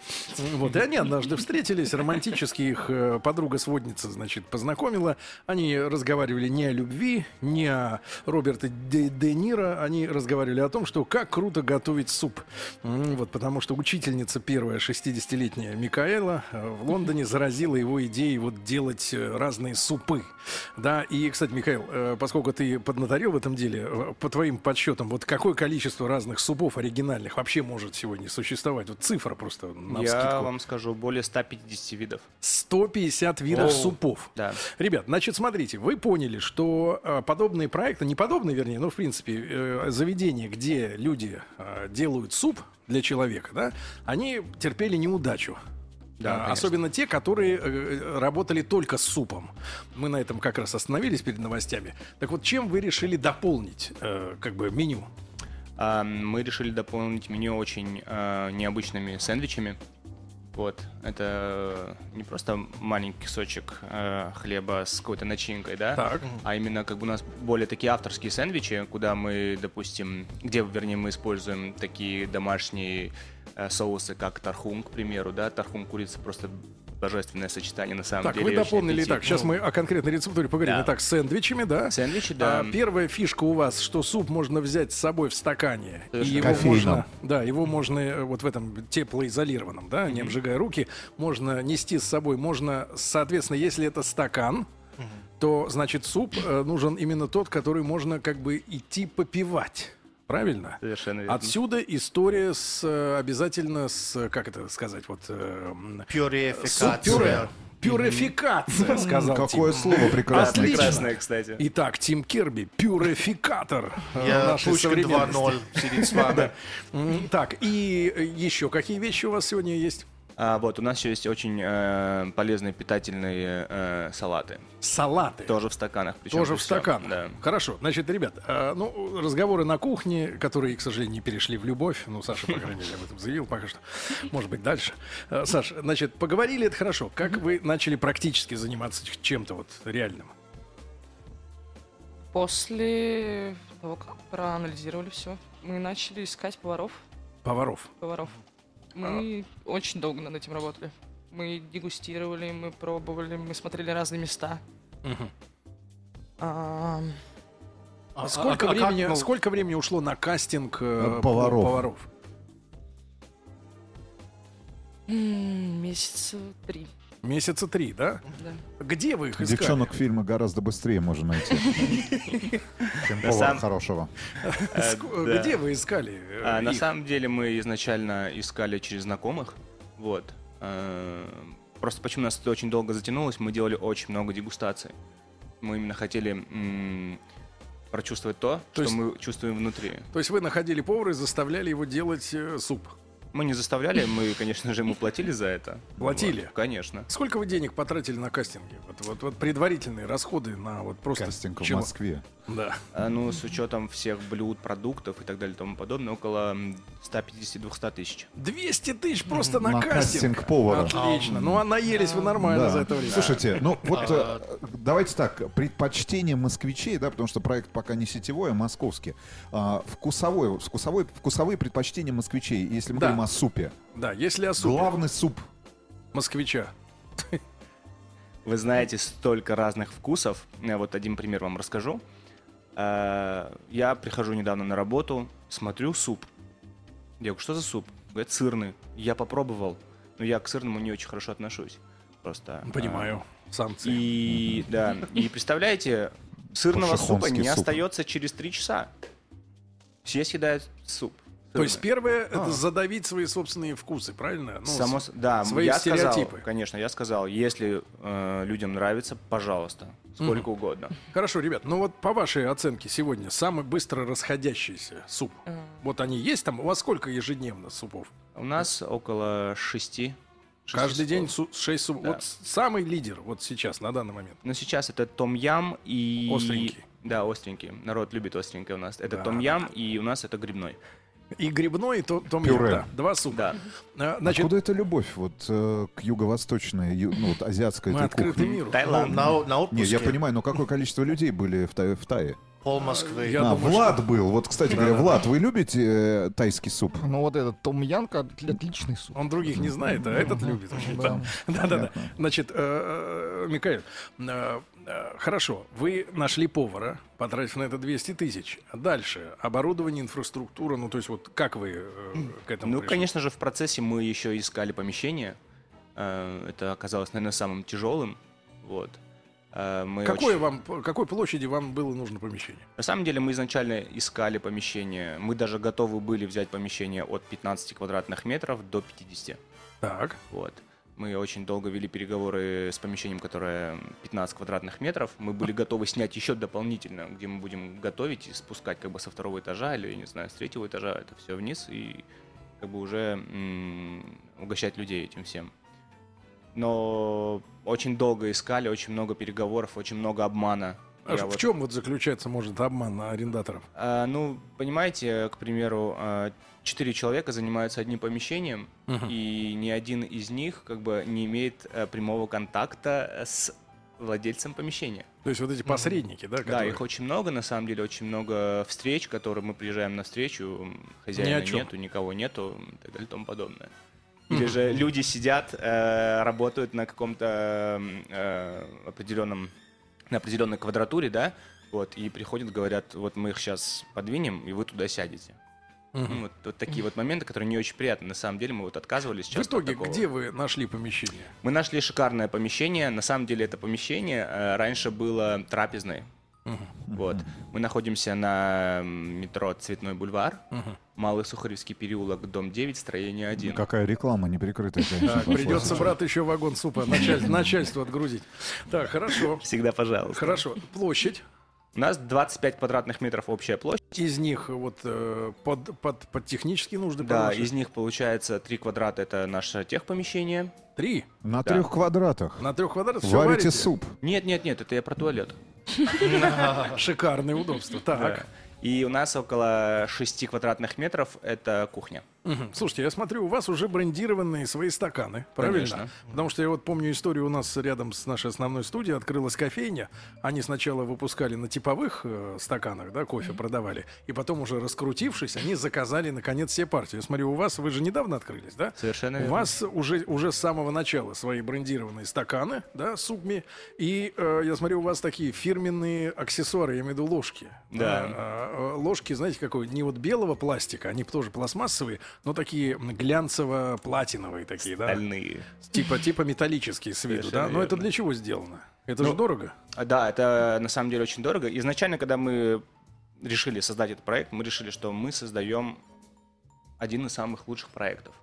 Speaker 2: Вот, и они однажды встретились, романтически их э, подруга-сводница, значит, познакомила. Они разговаривали не о любви, не о Роберте Де, Де Ниро, они разговаривали о том, что как круто готовить суп. М, Вот, потому что учительница первая, 60-летняя Микаэла, э, в Лондоне заразила его идеей вот делать э, разные супы. Да, и И, кстати, Михаил, э, поскольку ты поднаторил в этом деле, э, по твоим подсчетам, вот какое количество разных супов оригинальных вообще может сегодня существовать? Вот цифра просто на
Speaker 7: Я вам скажу, более 150 видов.
Speaker 2: 150 видов
Speaker 7: О.
Speaker 2: супов.
Speaker 7: Да.
Speaker 2: Ребят, значит, смотрите, вы поняли, что э, подобные проекты, не подобные, вернее, но, в принципе, э, заведения, где люди э, делают суп для человека, да, они терпели неудачу.
Speaker 7: Да,
Speaker 2: А,
Speaker 7: конечно.
Speaker 2: особенно те, которые э, работали только с супом. Мы на этом как раз остановились перед новостями. Так вот, чем вы решили дополнить э, как бы меню?
Speaker 7: А, Мы решили дополнить меню очень э, необычными сэндвичами. Вот, это не просто маленький кусочек э, хлеба с какой-то начинкой, да?
Speaker 2: Так.
Speaker 7: А именно как бы у нас более такие авторские сэндвичи, куда мы, допустим, где, вернее, мы используем такие домашние э, соусы, как тархун, к примеру, да? Тархун курица просто божественное сочетание на самом
Speaker 2: Так,
Speaker 7: деле.
Speaker 2: вы
Speaker 7: очень
Speaker 2: дополнили.
Speaker 7: аппетитно.
Speaker 2: Так, сейчас мы о конкретной рецептуре поговорим.
Speaker 7: ну. Да.
Speaker 2: Итак, с сэндвичами, да?
Speaker 7: Сэндвичи, да.
Speaker 2: А первая фишка у вас, что суп можно взять с собой в стакане. И
Speaker 7: Совершенно
Speaker 2: его
Speaker 3: Кофейном.
Speaker 2: можно, да, его можно э, вот в этом теплоизолированном, да, не обжигая руки, можно нести с собой. Можно, соответственно, если это стакан, то значит суп э, нужен именно тот, который можно как бы идти попивать. Правильно?
Speaker 7: Совершенно верно.
Speaker 2: Отсюда история с э, обязательно с э, как это сказать вот э, м,
Speaker 5: Пюрификация.
Speaker 2: Суп-пюре. Пюрификация, сказал Тим.
Speaker 3: Какое слово прекрасное.
Speaker 2: Отлично.
Speaker 7: Прекрасное, кстати.
Speaker 2: Итак, Тим Керби, пюрификатор э,
Speaker 5: Я
Speaker 2: нашей
Speaker 5: ручка
Speaker 2: современности.
Speaker 5: 2.0 сидит с вами.
Speaker 2: М, Так, и э, еще какие вещи у вас сегодня есть?
Speaker 7: А, вот, у нас еще есть очень э, полезные питательные э, салаты.
Speaker 2: Салаты.
Speaker 7: Тоже в стаканах. причем
Speaker 2: Тоже
Speaker 7: без
Speaker 2: в
Speaker 7: всего.
Speaker 2: стакан.
Speaker 7: Да.
Speaker 2: Хорошо. Значит, ребят, э, ну, разговоры на кухне, которые, к сожалению, не перешли в любовь. Ну, Саша, по крайней мере, об этом заявил пока что. Может быть, дальше. Э, Саш, значит, поговорили, это хорошо. Как вы начали практически заниматься чем-то вот реальным?
Speaker 6: После того, как проанализировали все, мы начали искать поваров.
Speaker 2: Поваров.
Speaker 6: поваров. Мы
Speaker 7: А.
Speaker 6: очень долго над этим работали. Мы дегустировали, мы пробовали, мы смотрели разные места.
Speaker 2: Мгм.
Speaker 6: А,
Speaker 5: А-
Speaker 2: А
Speaker 5: а-
Speaker 2: сколько,
Speaker 5: а как,
Speaker 2: времени,
Speaker 5: ну,
Speaker 2: сколько времени ушло на кастинг э,
Speaker 3: Э, поваров.
Speaker 2: поваров?
Speaker 6: м, Месяца три.
Speaker 2: Месяца три, да?
Speaker 6: Да.
Speaker 2: Где вы их искали?
Speaker 3: Девчонок фильма гораздо быстрее можно найти. Чем
Speaker 7: На
Speaker 3: повара
Speaker 7: самом-
Speaker 3: хорошего.
Speaker 7: Э,
Speaker 2: Ск-
Speaker 7: да.
Speaker 2: Где вы искали? э,
Speaker 7: А, на
Speaker 2: их?
Speaker 7: самом деле мы изначально искали через знакомых. Вот. Э, Просто почему нас это очень долго затянулось, мы делали очень много дегустаций. Мы именно хотели м, прочувствовать то,
Speaker 2: То
Speaker 7: что
Speaker 2: есть-
Speaker 7: мы чувствуем внутри.
Speaker 2: То есть вы находили повара и заставляли его делать э, суп.
Speaker 7: Мы не заставляли, мы, конечно же, ему платили за это.
Speaker 2: Платили?
Speaker 7: Вот, конечно.
Speaker 2: Сколько вы денег потратили на кастинги? Вот, вот, вот предварительные расходы на вот просто...
Speaker 3: Кастинг в
Speaker 2: чего?
Speaker 3: Москве.
Speaker 2: Да.
Speaker 7: А, Ну, с учетом всех блюд, продуктов и так далее и тому подобное, около м, 150-200 тысяч.
Speaker 2: 200 тысяч просто на,
Speaker 3: На
Speaker 2: кастинг.
Speaker 3: кастинг повара.
Speaker 2: Отлично. Ну, а наелись вы нормально
Speaker 3: Да.
Speaker 2: за это время.
Speaker 3: Слушайте, ну вот
Speaker 2: А.
Speaker 3: э, давайте так, предпочтение москвичей, да, потому что проект пока не сетевой, а московский. А, Вкусовой, вкусовой, вкусовые предпочтения москвичей, если мы
Speaker 2: Да.
Speaker 3: говорим о супе.
Speaker 2: Да, если о супе
Speaker 3: Главный суп.
Speaker 2: москвича.
Speaker 7: Вы знаете столько разных вкусов. Я вот один пример вам расскажу. Э, Я прихожу недавно на работу, смотрю суп. Я говорю, что за суп? Говорит, сырный. Я попробовал, но я к сырному не очень хорошо отношусь. Просто. э,
Speaker 2: Понимаю.
Speaker 3: А.
Speaker 2: Самцы.
Speaker 7: И да, и представляете, сырного супа
Speaker 3: Пошехонский
Speaker 7: не
Speaker 3: суп.
Speaker 7: остается через три часа. Все съедают суп.
Speaker 2: То есть
Speaker 7: сырный.
Speaker 2: первое это задавить свои собственные вкусы, правильно? Ну,
Speaker 7: А. Само,
Speaker 2: с-
Speaker 7: с- да,
Speaker 2: свои
Speaker 7: я
Speaker 2: стереотипы.
Speaker 7: сказал, конечно, я сказал, если э, людям нравится, пожалуйста, сколько угодно.
Speaker 2: Хорошо, ребят, ну вот по вашей оценке сегодня самый быстро расходящийся суп.
Speaker 6: А,
Speaker 2: Вот они есть там. У вас сколько ежедневно супов?
Speaker 7: У нас около шести. шести
Speaker 2: Каждый
Speaker 7: слов.
Speaker 2: день су- шесть супов.
Speaker 7: Да.
Speaker 2: Вот с- самый лидер вот сейчас, на данный момент.
Speaker 7: Но сейчас это том ям и
Speaker 2: Остренький.
Speaker 7: Да, остренький. Народ любит остренькое у нас. Это
Speaker 2: Да,
Speaker 7: том
Speaker 2: да,
Speaker 7: ям и у нас это грибной.
Speaker 2: И грибной, и то, том ям,
Speaker 3: Пюре.
Speaker 2: да. Два супа.
Speaker 7: Да.
Speaker 2: А, Значит,
Speaker 3: Откуда эта любовь вот э, к юго-восточной, ю- ну вот азиатской
Speaker 2: мы
Speaker 3: этой
Speaker 2: открыты
Speaker 3: кухне?
Speaker 2: миру.
Speaker 5: Ну,
Speaker 7: Таиланд.
Speaker 5: на, на
Speaker 3: Не,
Speaker 5: отпуске
Speaker 3: я понимаю, но какое количество людей были в, Та- в Тае?
Speaker 5: пол Москвы.
Speaker 2: Я
Speaker 3: а,
Speaker 2: думаю,
Speaker 3: Влад был. Вот, кстати говоря, Влад, вы любите э, тайский суп?
Speaker 4: Ну вот этот Том Янка отличный суп.
Speaker 2: Он других не знает, а этот любит. очень. Да, да, да. Значит, э, э, Михаил, э, э, хорошо, вы нашли повара, потратив на это 200 тысяч. Дальше оборудование, инфраструктура, ну то есть вот как вы э, к этому
Speaker 7: Ну,
Speaker 2: пришли?
Speaker 7: конечно же, в процессе мы еще искали помещение. Э, Это оказалось, наверное, самым тяжелым. Вот. Э, Э, мы
Speaker 2: Какое
Speaker 7: очень-
Speaker 2: вам, по какой площади вам было нужно помещение?
Speaker 7: На самом деле мы изначально искали помещение. Мы даже готовы были взять помещение от 15 квадратных метров до 50.
Speaker 2: Так.
Speaker 7: Вот. Мы очень долго вели переговоры с помещением, которое 15 квадратных метров. Мы были готовы снять еще дополнительно, где мы будем готовить и спускать как бы со второго этажа или, я не знаю, с третьего этажа это все вниз и как бы уже м, угощать людей этим всем. Но очень долго искали, очень много переговоров, очень много обмана.
Speaker 2: А
Speaker 7: Я
Speaker 2: в
Speaker 7: вот-
Speaker 2: чем вот заключается, может, обман арендаторов?
Speaker 7: а, ну, понимаете, к примеру, а, четыре человека занимаются одним помещением,
Speaker 2: Мгм.
Speaker 7: и ни один из них как бы не имеет э, прямого контакта с владельцем помещения.
Speaker 2: То есть вот эти посредники, да?
Speaker 7: Да,
Speaker 2: которые-
Speaker 7: их очень много, на самом деле, очень много встреч, которые мы приезжаем на встречу, м, хозяина
Speaker 2: Ни о чем.
Speaker 7: нету, никого нету, м, и так далее, и тому подобное. Или же люди сидят, э, работают на каком-то м, э, определенном, на определенной квадратуре, да, вот, и приходят, говорят, вот мы их сейчас подвинем, и вы туда сядете. Ну, вот, вот такие вот моменты, которые не очень приятны. На самом деле мы вот отказывались
Speaker 2: В
Speaker 7: сейчас.
Speaker 2: итоге, где вы нашли помещение?
Speaker 7: Мы нашли шикарное помещение. На самом деле это помещение э, раньше было трапезной. Вот. Мы находимся на м, метро Цветной бульвар,
Speaker 2: А,
Speaker 7: Малый Сухаревский переулок, дом 9, строение 1.
Speaker 3: Какая реклама неприкрытая, конечно.
Speaker 2: Так, придется, брат, еще вагон супа началь- начальству отгрузить. Так, хорошо.
Speaker 7: Всегда пожалуйста.
Speaker 2: Хорошо. Площадь.
Speaker 7: У нас 25 квадратных метров общая площадь.
Speaker 2: Из них вот э, под, под, под технические нужды
Speaker 7: Да,
Speaker 2: положить.
Speaker 7: из них получается 3 квадрата это наше техпомещение.
Speaker 2: Три.
Speaker 3: На
Speaker 7: Да.
Speaker 3: трех квадратах.
Speaker 2: На трех квадратах Ну, всё
Speaker 3: Варите
Speaker 2: варите.
Speaker 3: суп.
Speaker 7: Нет, нет, нет, это я про туалет.
Speaker 2: Шикарное удобство.
Speaker 7: Да.
Speaker 2: Так.
Speaker 7: И у нас около 6 квадратных метров это кухня.
Speaker 2: Мгм. Слушайте, я смотрю, у вас уже брендированные свои стаканы, правильно?
Speaker 7: Конечно.
Speaker 2: Потому что я вот помню историю у нас рядом с нашей основной студией открылась кофейня. Они сначала выпускали на типовых э, стаканах, да, кофе продавали, и потом уже раскрутившись, они заказали наконец все партии. Я смотрю, у вас вы же недавно открылись, да?
Speaker 7: Совершенно
Speaker 2: У
Speaker 7: верно.
Speaker 2: вас уже, уже с самого начала свои брендированные стаканы, да, субми. И э, я смотрю, у вас такие фирменные аксессуары, я имею в виду ложки.
Speaker 7: Да.
Speaker 2: Э, э, ложки, знаете, какой, не вот белого пластика, они тоже пластмассовые, но такие м, глянцево-платиновые такие, да?
Speaker 7: Стальные.
Speaker 2: Типа, типа металлические с виду, да?
Speaker 7: Совершенно
Speaker 2: Но это
Speaker 7: верно.
Speaker 2: для чего сделано? Это же дорого.
Speaker 7: А, Да, это на самом деле очень дорого. Изначально, когда мы решили создать этот проект, мы решили, что мы создаем один из самых лучших проектов.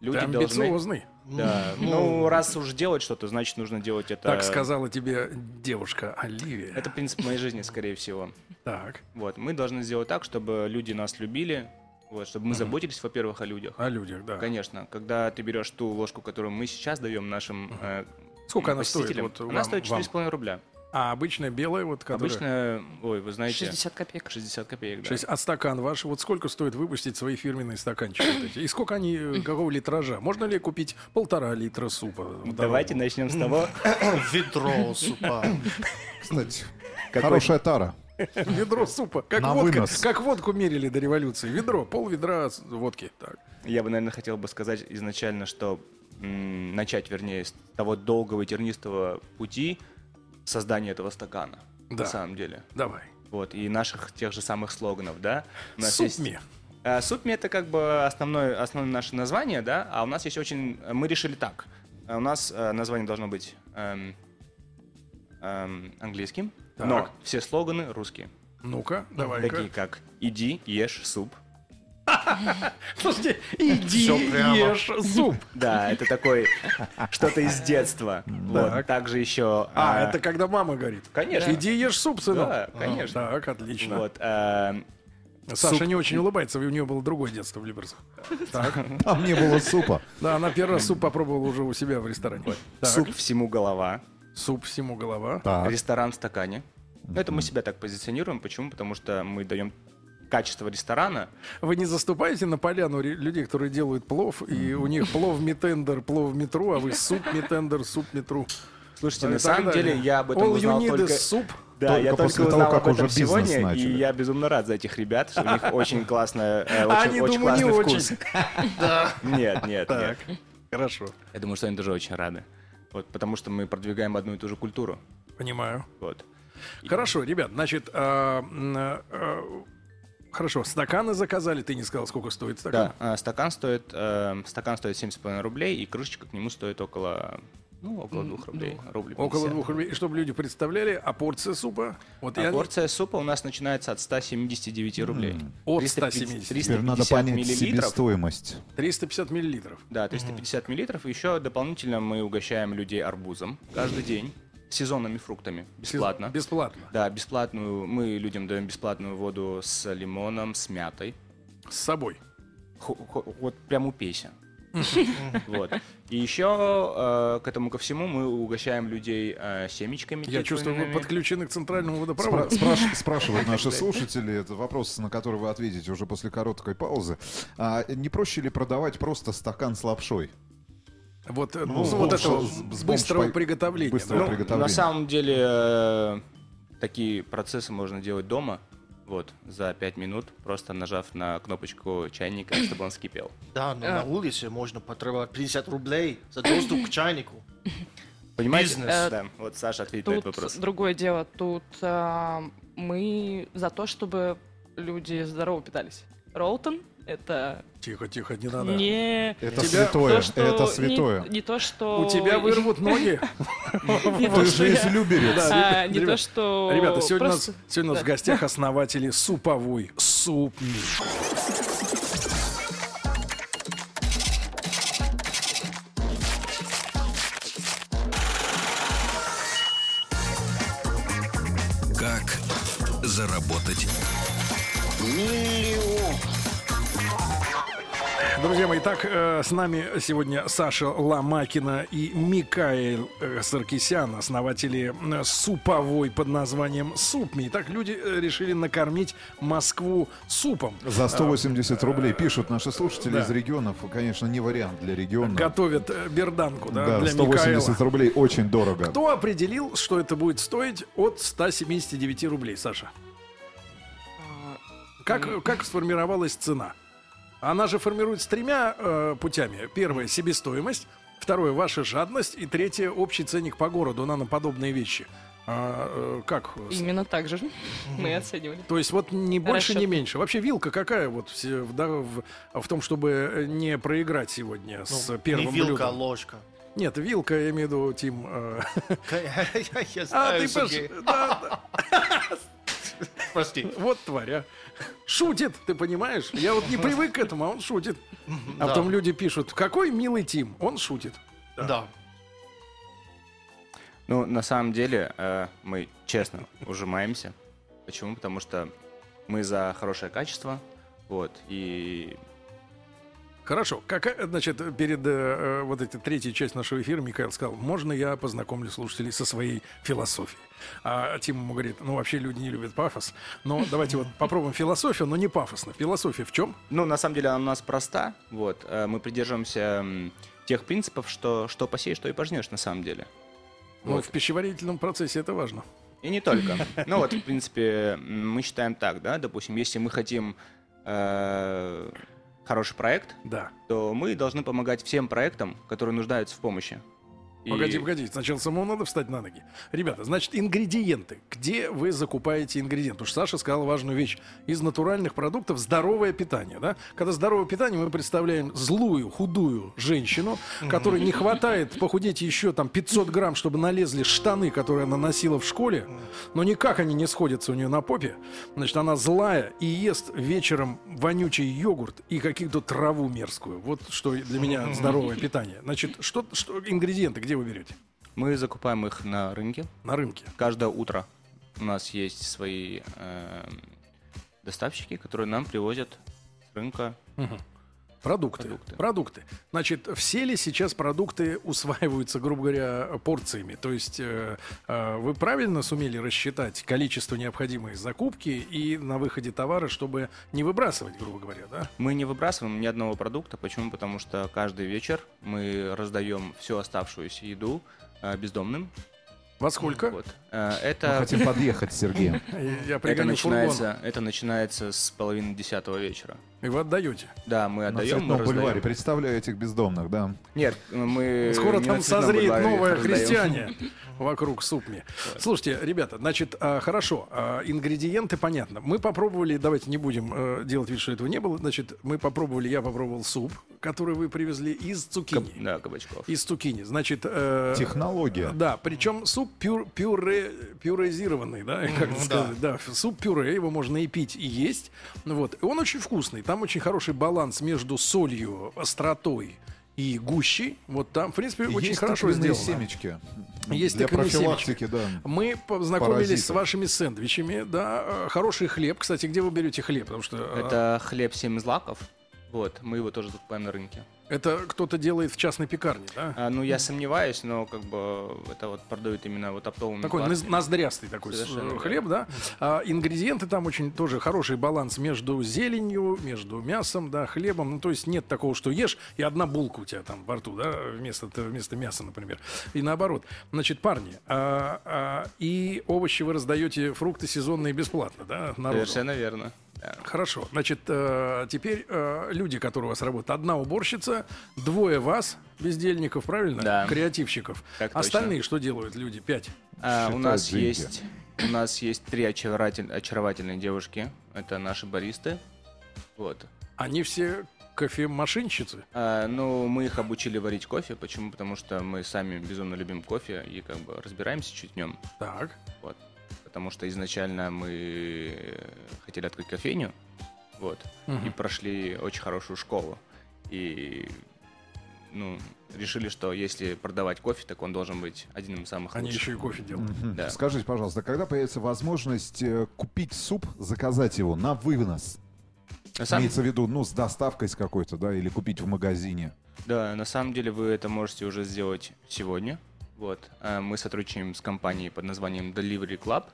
Speaker 7: Люди
Speaker 2: Ты
Speaker 7: должны...
Speaker 2: амбициозный.
Speaker 7: Да. Ну, раз уж делать что-то, значит, нужно делать это...
Speaker 2: Так сказала тебе девушка Оливия.
Speaker 7: Это принцип моей жизни, скорее всего.
Speaker 2: Так,
Speaker 7: Вот, мы должны сделать так, чтобы люди нас любили, вот, чтобы мы заботились, во-первых, о людях.
Speaker 2: о людях, да.
Speaker 7: Конечно, когда ты берешь ту ложку, которую мы сейчас даем нашим э,
Speaker 2: Сколько она стоит?
Speaker 7: посетителям,
Speaker 2: Вот,
Speaker 7: она
Speaker 2: вам-
Speaker 7: стоит
Speaker 2: вам?
Speaker 7: 4,5 рубля.
Speaker 2: А обычная белая, вот которая...
Speaker 7: Обычно, ой, вы знаете,
Speaker 6: 60 копеек.
Speaker 7: 60 копеек, да.
Speaker 2: То есть, а стакан ваш, вот сколько стоит выпустить свои фирменные стаканчики? вот эти? И сколько они, э, какого литража? Можно ли купить полтора литра супа? в
Speaker 7: Ну, Давайте
Speaker 2: дорогу?
Speaker 7: начнем с того,
Speaker 5: Ведро супа.
Speaker 3: Кстати,
Speaker 7: какой-
Speaker 3: хорошая тара.
Speaker 2: Ведро супа. Как,
Speaker 3: На
Speaker 2: водка,
Speaker 3: вынос.
Speaker 2: как водку мерили до революции. Ведро, пол ведра с- водки. Так.
Speaker 7: я бы, наверное, хотел бы сказать изначально, что м, начать, вернее, с того долгого и тернистого пути создания этого стакана.
Speaker 2: Да.
Speaker 7: На самом деле.
Speaker 2: Давай.
Speaker 7: Вот, и наших тех же самых слоганов, да? У нас есть-
Speaker 2: Супми.
Speaker 7: Э, Супми это как бы основное, основное наше название, да, а у нас есть очень... Мы решили так. Э, У нас э, название должно быть эм, эм, английским,
Speaker 2: Так.
Speaker 7: но все слоганы русские.
Speaker 2: Ну-ка, давай-ка.
Speaker 7: Такие как «Иди, ешь суп».
Speaker 2: Слушайте, иди
Speaker 5: Всё прямо.
Speaker 2: ешь суп.
Speaker 7: Да, это такой что-то из детства. Вот, также еще...
Speaker 2: А, это когда мама говорит.
Speaker 7: Конечно.
Speaker 2: Иди ешь суп, сынок.
Speaker 7: Да, конечно.
Speaker 2: Так, отлично.
Speaker 7: Вот, э,
Speaker 2: Саша
Speaker 7: Суп.
Speaker 2: не очень улыбается, у нее было другое детство в Либерсах. Так.
Speaker 3: Там не было супа.
Speaker 2: Да, она первый раз суп попробовала уже у себя в ресторане. Так.
Speaker 7: суп всему голова,
Speaker 2: Суп всему голова.
Speaker 3: Так.
Speaker 7: ресторан в стакане. Ну, это мы себя так позиционируем. Почему? Потому что мы даем качество ресторана.
Speaker 2: Вы не заступаете на поляну ре- людей, которые делают плов, и у них плов метендер, плов метру, а вы суп метендер, суп метру.
Speaker 7: Слушайте,
Speaker 2: А И
Speaker 7: на
Speaker 2: так
Speaker 7: самом
Speaker 2: далее.
Speaker 7: деле я об этом
Speaker 2: Ну, All you
Speaker 7: узнал
Speaker 2: need is
Speaker 7: только...
Speaker 2: суп.
Speaker 7: Да,
Speaker 3: Только
Speaker 7: я только
Speaker 3: после
Speaker 7: узнал
Speaker 3: того, как
Speaker 7: об этом
Speaker 3: уже бизнес
Speaker 7: сегодня,
Speaker 3: начали.
Speaker 7: и я безумно рад за этих ребят, что у них очень классная, э,
Speaker 2: А
Speaker 7: очень,
Speaker 2: они,
Speaker 7: очень
Speaker 2: думаю, не
Speaker 7: классный
Speaker 2: очень.
Speaker 7: вкус. Нет, нет, нет.
Speaker 2: Так, хорошо.
Speaker 7: Я думаю, что они тоже очень рады. Вот, потому что мы продвигаем одну и ту же культуру.
Speaker 2: Понимаю.
Speaker 7: Вот.
Speaker 2: Хорошо, ребят, значит, а, м, а, хорошо, стаканы заказали, ты не сказал, сколько стоит стакан.
Speaker 7: эм, Да, а, стакан стоит, э, стакан стоит 7,5 рублей, и крышечка к нему стоит около Ну, около двух рублей. Рубль
Speaker 2: Около
Speaker 7: 50.
Speaker 2: двух рублей. И чтобы люди представляли, а порция супа? Вот
Speaker 7: А
Speaker 2: я-
Speaker 7: порция супа у нас начинается от 179 рублей.
Speaker 2: От
Speaker 7: 350
Speaker 2: 170.
Speaker 3: Теперь надо
Speaker 7: 350
Speaker 3: понять
Speaker 7: миллилитров.
Speaker 3: себестоимость.
Speaker 2: 350 миллилитров.
Speaker 7: Да, 350 миллилитров. Еще дополнительно мы угощаем людей арбузом каждый день, сезонными фруктами, бесплатно.
Speaker 2: Бесплатно.
Speaker 7: Да, бесплатную, мы людям даем бесплатную воду с лимоном, с мятой.
Speaker 2: С собой.
Speaker 7: Хо- хо- Вот прям упейся. Вот. И еще э, к этому ко всему мы угощаем людей э, семечками.
Speaker 2: Я чувствую, вы
Speaker 7: тыквенными.
Speaker 2: подключены к центральному водопроводу.
Speaker 3: Спра- спраш- спрашивают наши слушатели, это вопрос, на который вы ответите уже после короткой паузы. А не проще ли продавать просто стакан с лапшой?
Speaker 2: Вот, э,
Speaker 3: Ну,
Speaker 2: ну,
Speaker 3: с
Speaker 2: вот
Speaker 3: помощью-
Speaker 2: этого
Speaker 3: с- с помощью
Speaker 2: быстрого
Speaker 3: пай-
Speaker 2: приготовления.
Speaker 3: быстрого
Speaker 2: Ну,
Speaker 3: приготовления.
Speaker 7: На самом деле э, такие процессы можно делать дома. Вот, за 5 минут, просто нажав на кнопочку чайника, чтобы он скипел.
Speaker 5: Да, но
Speaker 2: Э.
Speaker 5: на улице можно потребовать 50 рублей за доступ к чайнику.
Speaker 7: Понимаете?
Speaker 5: Бизнес.
Speaker 7: Да. Вот Саша ответит на
Speaker 6: Тут
Speaker 7: этот вопрос.
Speaker 6: другое дело. Тут а, мы за то, чтобы люди здорово питались. Роутон — это
Speaker 2: Тихо, тихо, не надо.
Speaker 6: не...
Speaker 3: Это
Speaker 6: Тебя-
Speaker 3: святое,
Speaker 6: то, что-
Speaker 3: это
Speaker 6: не-
Speaker 3: святое.
Speaker 6: Не, то, что...
Speaker 2: У тебя вырвут ноги.
Speaker 6: не то,
Speaker 3: Ты
Speaker 6: что
Speaker 3: же из
Speaker 6: я-
Speaker 3: Люберец.
Speaker 6: а, Не то,
Speaker 2: ребят,
Speaker 6: что...
Speaker 2: Ребята, сегодня, у,
Speaker 6: просто-
Speaker 2: нас, сегодня у нас в
Speaker 6: да.
Speaker 2: гостях основатели суповой супни.
Speaker 1: Как заработать?
Speaker 2: Друзья мои, так э, с нами сегодня Саша Ломакина и Микаэль э, Саркисян, основатели э, суповой под названием Супми. Так люди э, решили накормить Москву супом.
Speaker 3: За
Speaker 2: э,
Speaker 3: 180 рублей пишут наши слушатели из регионов. Конечно, не вариант для региона.
Speaker 2: Готовят э, берданку да,
Speaker 3: Да,
Speaker 2: для
Speaker 3: 180
Speaker 2: Микаэла.
Speaker 3: рублей очень дорого.
Speaker 2: Кто определил, что это будет стоить от 179 рублей, Саша?
Speaker 6: А,
Speaker 2: Как, как сформировалась цена? Она же формируется тремя э, путями. Первое – себестоимость. Второе – ваша жадность. И третье – общий ценник по городу на подобные вещи. А, э, как?
Speaker 6: Именно так же мы оценивали.
Speaker 2: То есть вот не больше, не
Speaker 6: Расчет.
Speaker 2: меньше. Вообще вилка какая вот все в, да, в, в том, чтобы не проиграть сегодня с
Speaker 5: Ну,
Speaker 2: первым
Speaker 5: Не вилка, а
Speaker 2: блюдом?
Speaker 5: ложка.
Speaker 2: Нет, вилка, я имею в виду, Тим. э,
Speaker 5: Я
Speaker 2: А,
Speaker 5: знаю,
Speaker 2: ты пош...
Speaker 5: Сергей.
Speaker 2: да, да.
Speaker 5: Прости.
Speaker 2: Вот тваря. Шутит, ты понимаешь? Я вот не привык к этому, а он шутит. А
Speaker 5: Да.
Speaker 2: потом люди пишут, какой милый Тим, он шутит.
Speaker 5: Да.
Speaker 7: Ну, на самом деле, э, мы честно ужимаемся. Почему? Потому что мы за хорошее качество. Вот. И
Speaker 2: Хорошо, какая, значит, перед э, э, вот этой третьей частью нашего эфира Михаил сказал, можно я познакомлю слушателей со своей философией? А Тим ему говорит, ну вообще люди не любят пафос, но давайте вот попробуем философию, но не пафосно. Философия в чем?
Speaker 7: Ну, на самом деле, она у нас проста. Вот. Э, Мы придерживаемся м, тех принципов, что что посеешь, то и пожнешь, на самом деле.
Speaker 2: Ну,
Speaker 7: Вот.
Speaker 2: в пищеварительном процессе это важно.
Speaker 7: И не только. Ну вот, в принципе, м, мы считаем так, да, допустим, если мы хотим э, хороший проект,
Speaker 2: Да.
Speaker 7: то мы должны помогать всем проектам, которые нуждаются в помощи. И-
Speaker 2: Погоди, погоди, сначала самому надо встать на ноги. Ребята, значит, ингредиенты. Где вы закупаете ингредиенты? Уж Саша сказал важную вещь. Из натуральных продуктов здоровое питание, да? Когда здоровое питание, мы представляем злую, худую женщину, которой не хватает похудеть еще там 500 грамм, чтобы налезли штаны, которые она носила в школе, но никак они не сходятся у нее на попе. Значит, она злая и ест вечером вонючий йогурт и какую-то траву мерзкую. Вот что для меня здоровое питание. Значит, что, что ингредиенты где вы берете?
Speaker 7: Мы закупаем их на рынке.
Speaker 2: На рынке.
Speaker 7: Каждое утро у нас есть свои э, доставщики, которые нам привозят с рынка.
Speaker 2: Продукты. Продукты.
Speaker 7: Продукты.
Speaker 2: Значит, все ли сейчас продукты усваиваются, грубо говоря, порциями? То есть э, э, вы правильно сумели рассчитать количество необходимой закупки и на выходе товара, чтобы не выбрасывать, грубо говоря, да?
Speaker 7: Мы не выбрасываем ни одного продукта. Почему? Потому что каждый вечер мы раздаем всю оставшуюся еду э, бездомным.
Speaker 2: Во сколько?
Speaker 7: Вот. Э,
Speaker 3: Мы
Speaker 7: Это,
Speaker 3: хотим подъехать, Сергей.
Speaker 2: Я- Я
Speaker 7: это,
Speaker 2: пригоню фургон.
Speaker 7: начинается, это начинается с половины десятого вечера.
Speaker 2: И вы отдаете.
Speaker 7: Да, мы
Speaker 3: На
Speaker 7: отдаем, мы
Speaker 3: Цветном
Speaker 7: раздаем.
Speaker 3: бульваре. Представляю этих бездомных, да.
Speaker 7: Нет, мы...
Speaker 2: Скоро
Speaker 7: Э, не
Speaker 2: там
Speaker 7: на Цветном
Speaker 2: созреет
Speaker 7: бульваре
Speaker 2: новое
Speaker 7: раздаем.
Speaker 2: христиане. вокруг супми. Слушайте, ребята, значит, а, хорошо, а, ингредиенты понятно. Мы попробовали, давайте не будем э, делать вид, что этого не было. Значит, мы попробовали, я попробовал суп, который вы привезли из
Speaker 7: Каб-
Speaker 2: цукини.
Speaker 7: Да, кабачков.
Speaker 2: Из цукини. Значит, э,
Speaker 3: Технология.
Speaker 2: да, причем суп пюр- пюре, пюрезированный, да, как
Speaker 3: ну
Speaker 2: это сказать, да. суп пюре, его можно и пить, и есть. Ну Вот. И Он очень вкусный, там очень хороший баланс между солью, остротой и гущей. Вот там, в принципе, очень
Speaker 3: Есть
Speaker 2: хорошо
Speaker 3: тыквенные
Speaker 2: сделано.
Speaker 3: семечки.
Speaker 2: Есть
Speaker 3: Для
Speaker 2: тыквенные
Speaker 3: профилактики, да.
Speaker 2: Мы познакомились с
Speaker 3: Паразитов.
Speaker 2: вашими сэндвичами, да, э, хороший хлеб. Кстати, где вы берете хлеб? Потому что э,
Speaker 7: Это хлеб семь злаков. Вот, мы его тоже закупаем на рынке.
Speaker 2: это кто-то делает в частной пекарне, да?
Speaker 7: А, ну, я сомневаюсь, но как бы это вот продают именно вот оптовыми
Speaker 2: Такой
Speaker 7: партиями.
Speaker 2: наз- ноздрястый такой с-
Speaker 7: Совершенно
Speaker 2: э,
Speaker 7: верно.
Speaker 2: хлеб, да. А, ингредиенты там очень тоже хороший баланс между зеленью, между мясом, да, хлебом. Ну, то есть нет такого, что ешь, и одна булка у тебя там во рту, да, вместо, т- вместо мяса, например. И наоборот. Значит, парни, а, а, и овощи вы раздаете, фрукты сезонные бесплатно, да, народу?
Speaker 7: Совершенно верно. Да.
Speaker 2: Хорошо. Значит, э, теперь э, люди, которые у вас работают, одна уборщица, двое вас, бездельников, правильно?
Speaker 7: Да.
Speaker 2: Креативщиков.
Speaker 7: Так точно.
Speaker 2: Остальные что делают люди? Пять.
Speaker 7: А, у
Speaker 3: Считают
Speaker 7: нас
Speaker 3: деньги.
Speaker 7: есть у нас есть три очарователь- очаровательные девушки. Это наши баристы. Вот.
Speaker 2: Они все кофемашинщицы.
Speaker 7: А, ну, мы их обучили варить кофе. Почему? Потому что мы сами безумно любим кофе и как бы разбираемся чуть в нем.
Speaker 2: Так.
Speaker 7: Вот. Потому что изначально мы хотели открыть кофейню. Вот. И прошли очень хорошую школу. И ну, решили, что если продавать кофе, так он должен быть одним из самых
Speaker 2: Они
Speaker 7: лучших.
Speaker 2: еще и кофе делают.
Speaker 7: Да.
Speaker 3: Скажите, пожалуйста, когда появится возможность э, купить суп, заказать его на вынос?
Speaker 7: На самом-
Speaker 3: Имеется в виду, ну, с доставкой с какой-то, да, или купить в магазине.
Speaker 7: Да, на самом деле вы это можете уже сделать сегодня. Вот. А Мы сотрудничаем с компанией под названием Delivery Club.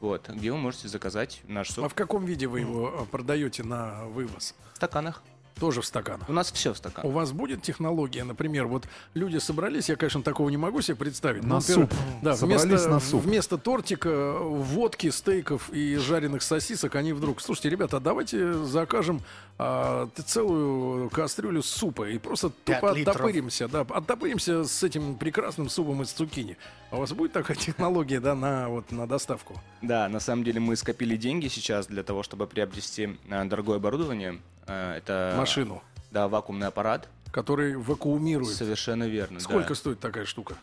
Speaker 7: Вот, где вы можете заказать наш
Speaker 2: А
Speaker 7: суп
Speaker 2: в каком виде вы его э, продаете на вывоз?
Speaker 7: в стаканах.
Speaker 2: Тоже в стаканах.
Speaker 7: У нас все в
Speaker 2: У
Speaker 7: стаканах.
Speaker 2: вас будет технология, например, вот люди собрались, я, конечно, такого не могу себе представить.
Speaker 3: На
Speaker 2: но, например,
Speaker 3: суп.
Speaker 2: Ну, Да,
Speaker 3: Собрались
Speaker 2: вместо,
Speaker 3: на суп.
Speaker 2: вместо тортика, э, водки, стейков и жареных сосисок они вдруг, слушайте, ребята, а давайте закажем а, т- целую кастрюлю супа и просто
Speaker 5: Пять
Speaker 2: тупо
Speaker 5: литров.
Speaker 2: оттопыримся, да, оттопыримся с этим прекрасным супом из цукини. А у вас будет такая технология, да, на, вот, на доставку?
Speaker 7: Да, на самом деле мы скопили деньги сейчас для того, чтобы приобрести а, дорогое оборудование. А, Это
Speaker 2: Машину,
Speaker 7: Да, вакуумный аппарат.
Speaker 2: который вакуумирует.
Speaker 7: Совершенно верно. да.
Speaker 2: Сколько стоит такая штука?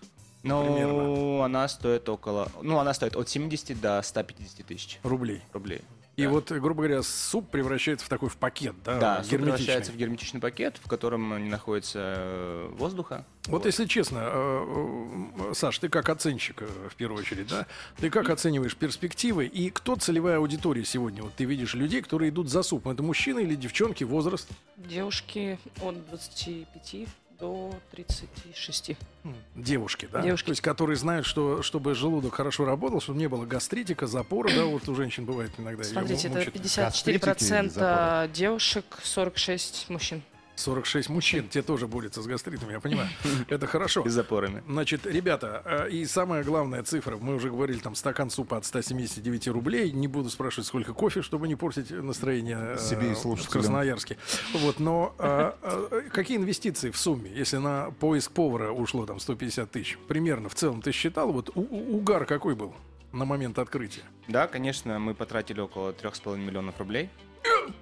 Speaker 7: Ну, она стоит около... Ну, она стоит от 70 до 150 тысяч
Speaker 2: Рублей.
Speaker 7: рублей.
Speaker 2: И
Speaker 7: Да.
Speaker 2: вот, э, грубо говоря, суп превращается в такой в пакет, да,
Speaker 7: Да, суп
Speaker 2: А, герметичный.
Speaker 7: превращается в герметичный пакет, в котором не находится э, воздуха.
Speaker 2: Вот, если честно, э, э, Саш, ты как оценщик э, в первую очередь, да? Ты как оцениваешь перспективы и кто целевая аудитория сегодня? Вот ты видишь людей, которые идут за супом. Это мужчины или девчонки, возраст?
Speaker 6: Девушки от 25 до 36.
Speaker 2: Ну, Девушки, да?
Speaker 6: Девушки.
Speaker 2: То есть, которые знают, что чтобы желудок хорошо работал, чтобы не было гастритика, запора, да, вот у женщин бывает иногда. её
Speaker 6: Смотрите, это
Speaker 2: мучает.
Speaker 6: 54% девушек, 46 мужчин.
Speaker 2: 46 мужчин, те тоже борются с гастритом, я понимаю. Это хорошо.
Speaker 7: И с запорами.
Speaker 2: Значит, ребята, э, и самая главная цифра, мы уже говорили, там стакан супа от 179 рублей, не буду спрашивать, сколько кофе, чтобы не портить настроение э,
Speaker 3: Себе и
Speaker 2: в
Speaker 3: слушателям.
Speaker 2: Красноярске. Вот, но э, э, какие инвестиции в сумме, если на поиск повара ушло там 150 тысяч? Примерно, в целом ты считал, вот у- у- угар какой был на момент открытия?
Speaker 7: Да, конечно, мы потратили около 3,5 миллионов рублей.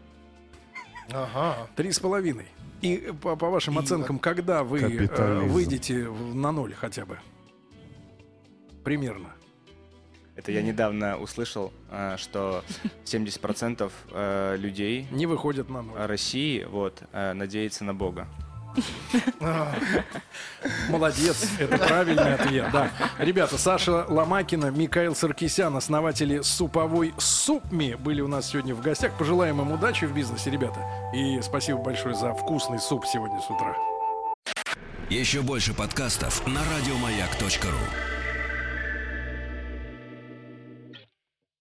Speaker 5: Ага.
Speaker 2: Три с половиной. И э, по, по вашим оценкам, когда вы э,
Speaker 3: Капитализм.
Speaker 2: выйдете в- на ноль хотя бы? Примерно.
Speaker 7: Это я недавно услышал, э, что 70% э, людей
Speaker 2: Не выходят на ноль.
Speaker 7: России вот, э, надеется на Бога.
Speaker 2: Молодец, это правильный ответ, да. Ребята, Саша Ломакина, Михаил Саркисян, основатели суповой Супми, были у нас сегодня в гостях. Пожелаем им удачи в бизнесе, ребята. И спасибо большое за вкусный суп сегодня с утра.
Speaker 1: Еще больше подкастов на радиомаяк.ру.